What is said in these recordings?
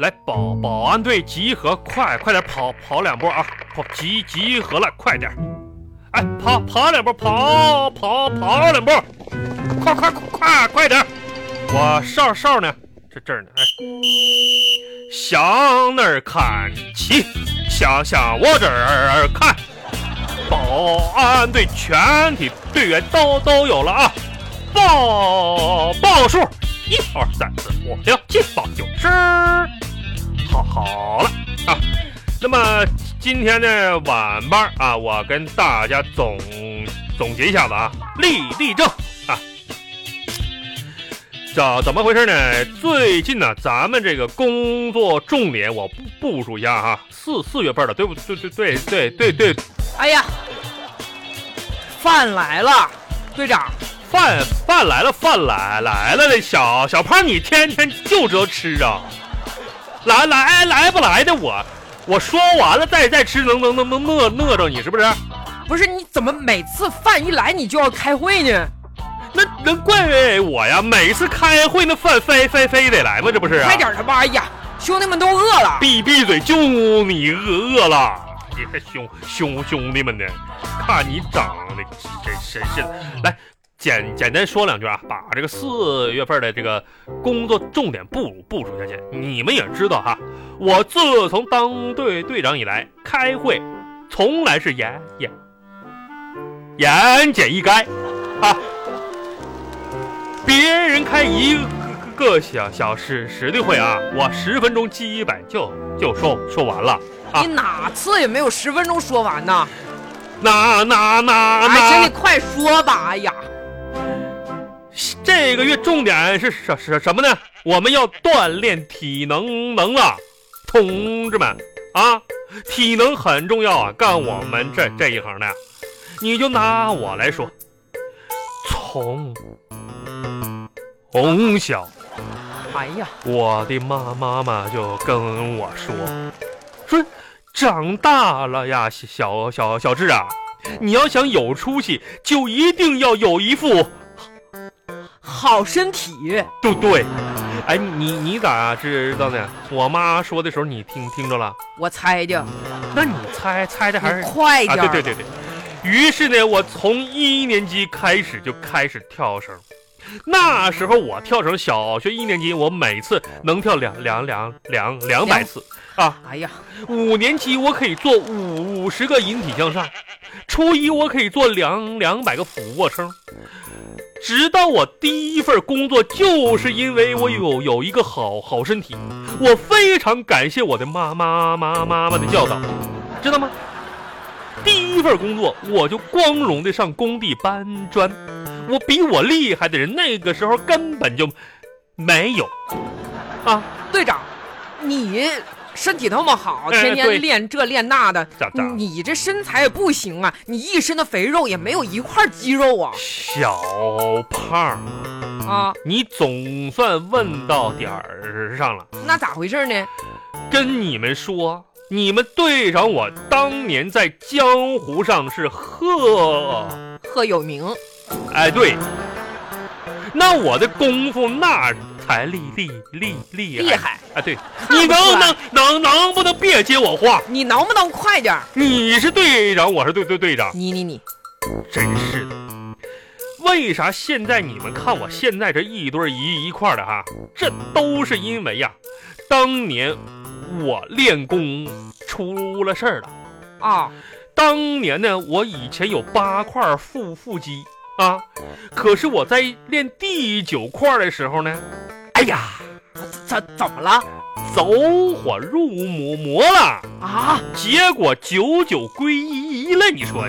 来保保安队集合，快快点跑跑两步啊！跑集集合了，快点！哎，跑跑两步，跑跑跑两步，快快快快快点！我哨哨呢？这这儿呢？哎，向那儿看齐，向向我这儿看。保安队全体队员都都有了啊！报报数，一二三四五六七八九十。好，好了啊。那么今天的晚班啊，我跟大家总总结一下子啊，立立正啊。怎怎么回事呢？最近呢、咱们这个工作重点我部署一下哈、四四月份了，对不对？对对对对对哎呀，饭来了，队长，饭饭来了，饭来来了，那小小胖，你天天就知道吃啊！来来来不来的我，我说完了再再吃，能能能能饿饿着你是不是？不是你怎么每次饭一来你就要开会呢？啊那能怪我呀？每次开会那饭非非非得来吗？这不是、啊？快点他妈！哎呀，兄弟们都饿了。闭闭嘴，就你饿饿了！你这兄兄兄弟们呢？看你长得真真是的。来，简简单说两句啊，把这个四月份的这个工作重点部部署下去。你们也知道哈，我自从当队队长以来，开会从来是言言言简意赅啊。别人开一个个小小时时的会啊，我十分钟基本就就说说完了。啊你哪次也没有十分钟说完呢？那那那哎，行，你那，快说吧！哎呀，这个月重点是什什什么呢？我们要锻炼体能能了，同志们啊，体能很重要啊！干我们这这一行的，你就拿我来说，从从小哎呀，我的妈妈妈就跟我说，说长大了呀，小小小志啊，你要想有出息，就一定要有一副好身体，对对。哎，你你咋知道呢？我妈说的时候你听听着了，我猜的，那你猜猜的还是你快点、啊？对对对，对。于是呢，我从一年级开始就开始跳绳。那时候我跳绳，小学一年级，我每次能跳两两两两两百两次啊！哎呀，五年级我可以做五五十个引体向上，初一我可以做两两百个俯卧撑，直到我第一份工作，就是因为我有有一个好好身体，我非常感谢我的妈妈妈妈妈的教导，知道吗？第一份工作我就光荣的上工地搬砖，我比我厉害的人那个时候根本就没有，啊。队长，你身体那么好，哎天对天练这练那的咋咋，你这身材也不行啊，你一身的肥肉也没有一块肌肉啊小胖，啊，你总算问到点儿上了。那咋回事呢？跟你们说，你们队长我当年在江湖上是赫，赫有名。哎对，那我的功夫那才厉厉厉厉害厉害！哎对，不你能出来能能能不能别接我话？你能不能快点儿？你是队长，我是队队队长，你你你，真是的。为啥现在你们看我现在这一堆儿一一块儿的哈，这都是因为呀，当年我练功出了事儿了。啊、当年呢，我以前有八块腹腹肌啊，可是我在练第九块的时候呢，哎呀，怎怎么了走火入魔魔了，啊？结果九九归一了。你说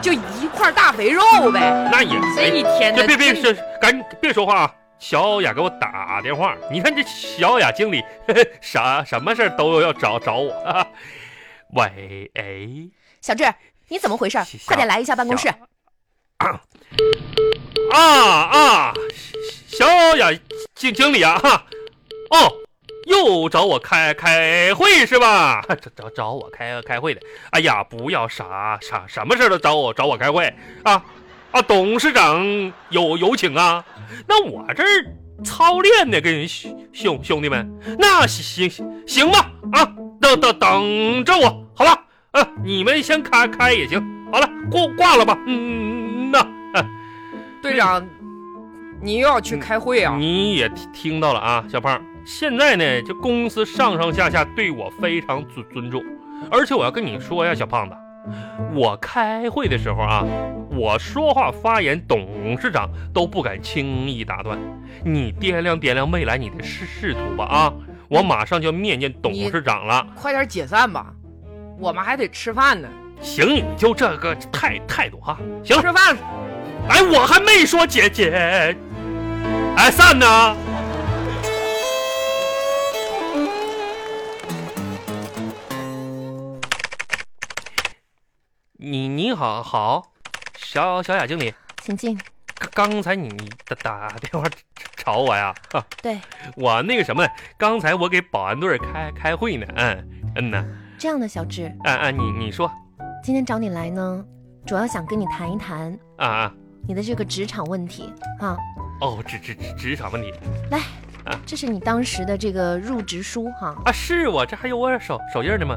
就一块大肥肉呗，那也这一天这的哎别别真是，赶紧别说话啊！小雅给我打电话，你看这小雅经理， 呵呵啥什么事儿都要找找我。 哈哈喂，哎，小志，你怎么回事小？快点来一下办公室小。啊啊，小雅经经理啊，哈，哦，又找我开开会是吧？ 找找找我开开会的。哎呀，不要啥啥什么事儿都找我找我开会啊啊！董事长有有请啊，那我这儿操练呢，跟人兄兄弟们，那行行行吧啊，等等等着我，好吧？啊，你们先开开也行。好了，挂挂了吧。嗯，那、啊、队长，你又要嗯去开会啊？你也听听到了啊，小胖。现在呢，这公司上上下下对我非常尊尊重，而且我要跟你说呀，小胖子，我开会的时候啊，我说话发言，董事长都不敢轻易打断。你掂量掂量未来你的仕仕途吧啊！我马上就要面见董事长了。快点解散吧，我们还得吃饭呢。行，你就这个态态度哈。行了，吃饭，哎，我还没说姐姐，哎，散呢。你你好好，小小雅经理，请进。刚刚才你打打电话找我呀？啊对，我那个什么，刚才我给保安队儿开开会呢。嗯嗯呐，这样的小智，嗯嗯，你你说今天找你来呢，主要想跟你谈一谈啊啊你的这个职场问题啊。哦，职职职职场问题这是你当时的这个入职书哈、啊，是我这还有我手手印儿呢吗？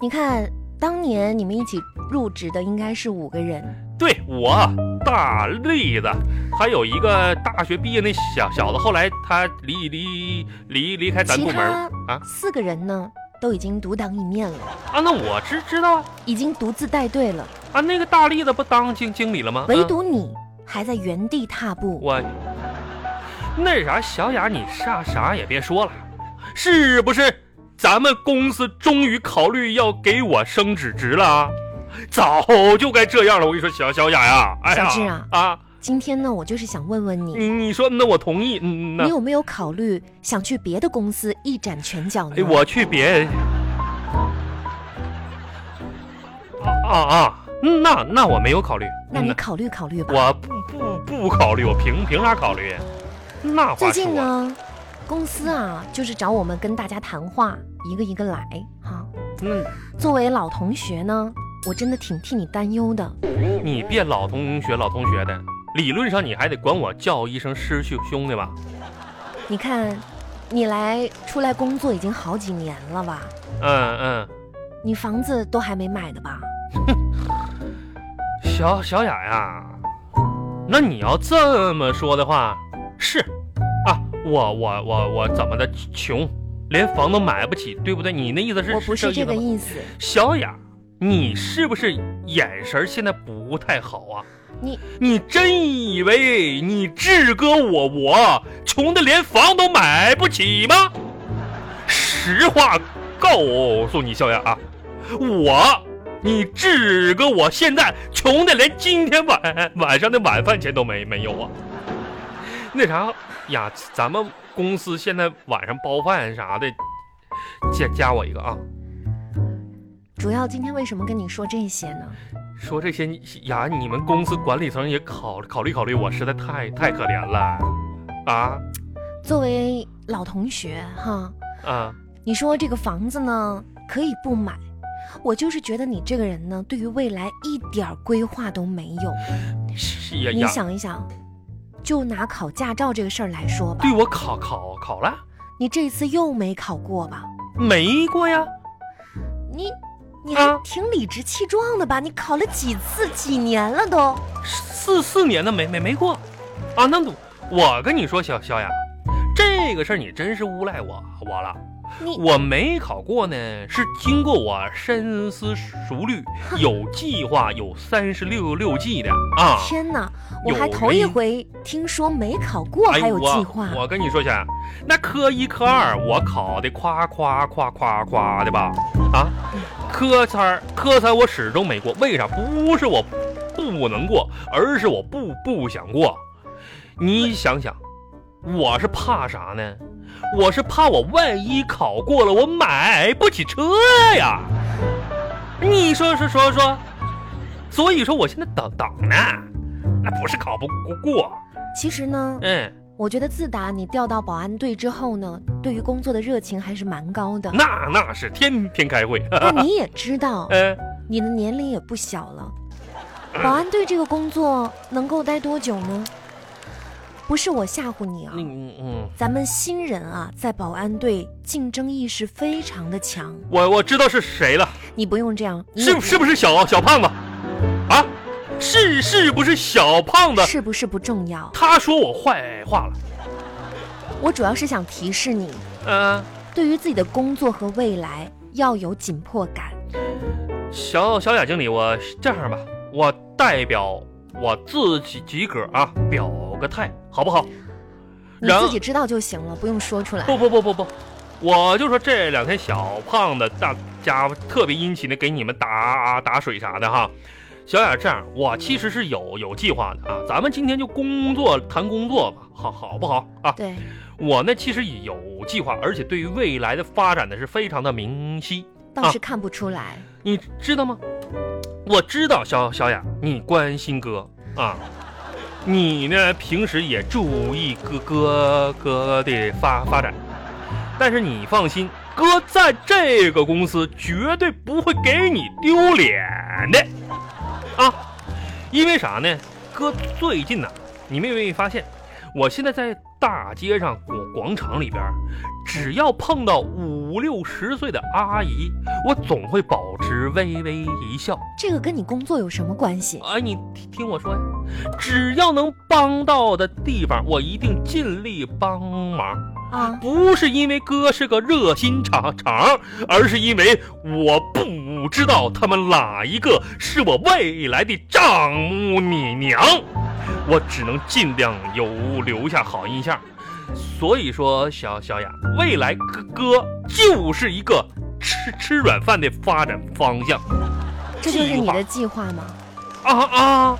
你看，当年你们一起入职的应该是五个人，对我啊大栗子，还有一个大学毕业那小小子，后来他离离离离哎开咱其部门他啊四个人呢都已经独当一面了，啊，那我知知道啊已经独自带队了，啊，那个大栗子不当经经理了吗？唯啊独你还在原地踏步。我那啥，小雅，你啥啥也别说了，是不是？咱们公司终于考虑要给我升职职了啊，早就该这样了。我跟你说，小小雅呀，哎呀，小智啊今天呢，我就是想问问你，你你说那我同意，嗯那你有没有考虑想去别的公司一展拳脚呢？哎，我去别。啊啊啊！那那我没有考虑，那你嗯考虑考虑吧。我不不不考虑，我凭凭啥考虑？那话最近说呢，公司啊，就是找我们跟大家谈话，一个一个来哈、嗯，作为老同学呢，我真的挺替你担忧的。你别老同学老同学的，理论上你还得管我叫一声师兄兄弟吧？你看，你来出来工作已经好几年了吧？嗯嗯，你房子都还没买的吧？小小雅呀，那你要这么说的话，是啊，我我我我怎么的穷，连房都买不起，对不对？你那意思是？我不是这个思吗。意思。小雅，你是不是眼神现在不太好啊？你你真以为你志哥我我穷的连房都买不起吗？实话告诉你，小雅啊，我你志哥我现在穷的连今天晚晚上的晚饭钱都没没有啊。那啥呀，咱们公司现在晚上包饭啥的，加加我一个啊。主要今天为什么跟你说这些呢？说这些你呀，你们公司管理层也考考虑考虑我，实在太太可怜了，啊作为老同学哈，啊，你说这个房子呢可以不买，我就是觉得你这个人呢，对于未来一点儿规划都没有。是呀你呀，想一想，就拿考驾照这个事儿来说吧对，我考考考了你这次又没考过吧？没过呀？你你啊还挺理直气壮的吧？你考了几次、几年了都？啊四四年的没没没过，啊，那我我跟你说，小小雅，这个事儿你真是诬赖我我了。你我没考过呢，是经过我深思熟虑、有计划、有三十六六计的啊。天哪！我有还头一原因回听说没考过还有计划。哎、我我跟你说下，那科一科二我考的夸夸夸夸夸的吧？啊，科三儿科三我始终没过，为啥？不是我不能过，而是我不不想过。你想想，我是怕啥呢？我是怕我万一考过了，我买不起车呀。你说说说说，所以说我现在等等呢，那不是考不过，其实呢，嗯。我觉得自打你调到保安队之后呢，对于工作的热情还是蛮高的。那那是天天开会。 但你也知道，呃，你的年龄也不小了，保安队这个工作能够待多久呢？不是我吓唬你啊，嗯嗯，咱们新人啊，在保安队竞争意识非常的强，我我知道是谁了，你不用这样，你是是不是小小胖子？啊，是是不是小胖子？是不是不重要？他说我坏话了，我主要是想提示你，嗯、对于自己的工作和未来要有紧迫感。小小雅经理，我这样吧，我代表我自己几个啊表个态，好不好？你然自己知道就行了，不用说出来。不不不不不，我就说这两天小胖子大家伙特别殷勤的给你们打打水啥的哈。小雅，这样我其实是有有计划的啊，咱们今天就工作谈工作吧，好好不好啊？对，我呢其实也有计划，而且对于未来的发展呢是非常的明晰。倒是看不出来。你知道吗？我知道小小雅，你关心哥啊，你呢平时也注意哥哥哥的发发展，但是你放心，哥在这个公司绝对不会给你丢脸的啊，因为啥呢？哥最近呐、你们有没有发现，我现在在大街上广广场里边儿，只要碰到五六十岁的阿姨，我总会保持微微一笑。这个跟你工作有什么关系？哎，你听听我说呀，只要能帮到的地方，我一定尽力帮忙。啊，不是因为哥是个热心肠肠，而是因为我不知道他们哪一个是我未来的丈母娘，我只能尽量有留下好印象。所以说，小小雅，未来哥哥就是一个吃吃软饭的发展方向这就是你的计划吗？啊啊！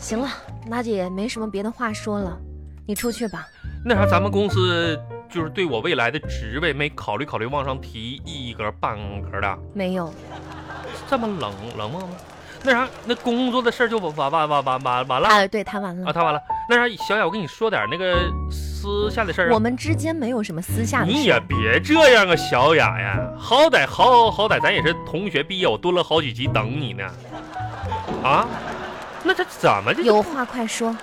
行了，娜姐也没什么别的话说了，你出去吧。那啥，咱们公司就是对我未来的职位没考虑考虑，往上提一格半格的。没有，这么冷冷漠吗？那啥，那工作的事儿就完完完完完完完了啊，对，谈完啊，了。他完了。那啥，小雅，我跟你说点那个私下的事儿、我啊。们之间没有什么私下的你事也儿。别这样啊，小雅呀，好歹好好歹咱也是同学毕业，我蹲了好几集等你呢。啊，那这怎么就有话快说。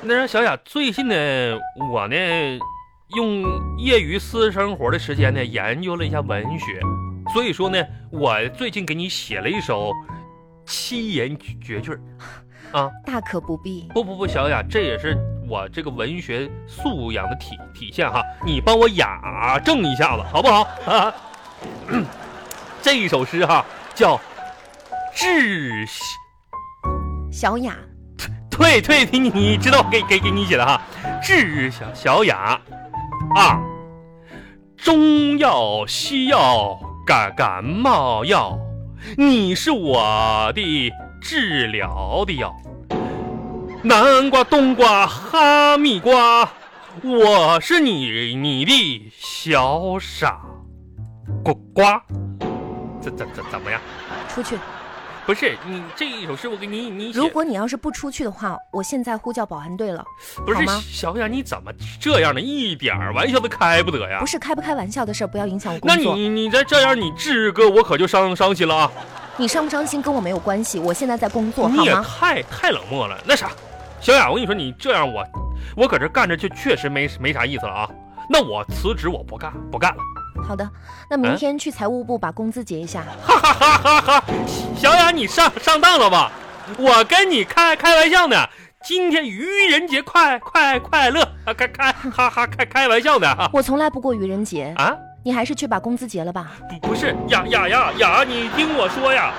那啥，小雅，最近呢，我呢用业余私生活的时间呢研究了一下文学，所以说呢，我最近给你写了一首七言绝句儿。大可不必。不不不，小雅，这也是我这个文学素养的体体现哈。你帮我雅正一下子，好不好？ 啊，这一首诗哈叫《致谢小雅，对对，你你你知道给给给你写的哈，治小小雅，二，中药西药感感冒药，你是我的治疗的药，南瓜冬瓜哈密瓜，我是你你的小傻瓜瓜，怎怎怎怎么样？出去。不是你这一首诗我给你你写如果你要是不出去的话，我现在呼叫保安队了。不是好吗小雅，你怎么这样呢？一点儿玩笑都开不得呀不！是开不开玩笑的事儿，不要影响我工那作。你你你再这样，你志哥我可就伤伤心了啊！伤不伤心跟我没有关系，我现在在工作，你好也吗？太太冷漠了。那啥，小雅，我跟你说，你这样我我搁这干着就确实没没啥意思了啊！那我辞职，我不干不干了。好的，那啊明天去财务部把工资结一下。哈哈哈哈哈！小雅，你上上当了吧？我跟你开开玩笑呢。今天愚人节快快快乐啊！开开哈哈开开玩笑呢啊！我从来不过愚人节，啊嗯你还是去把工资结了吧。不不是雅雅雅雅，你听我说呀，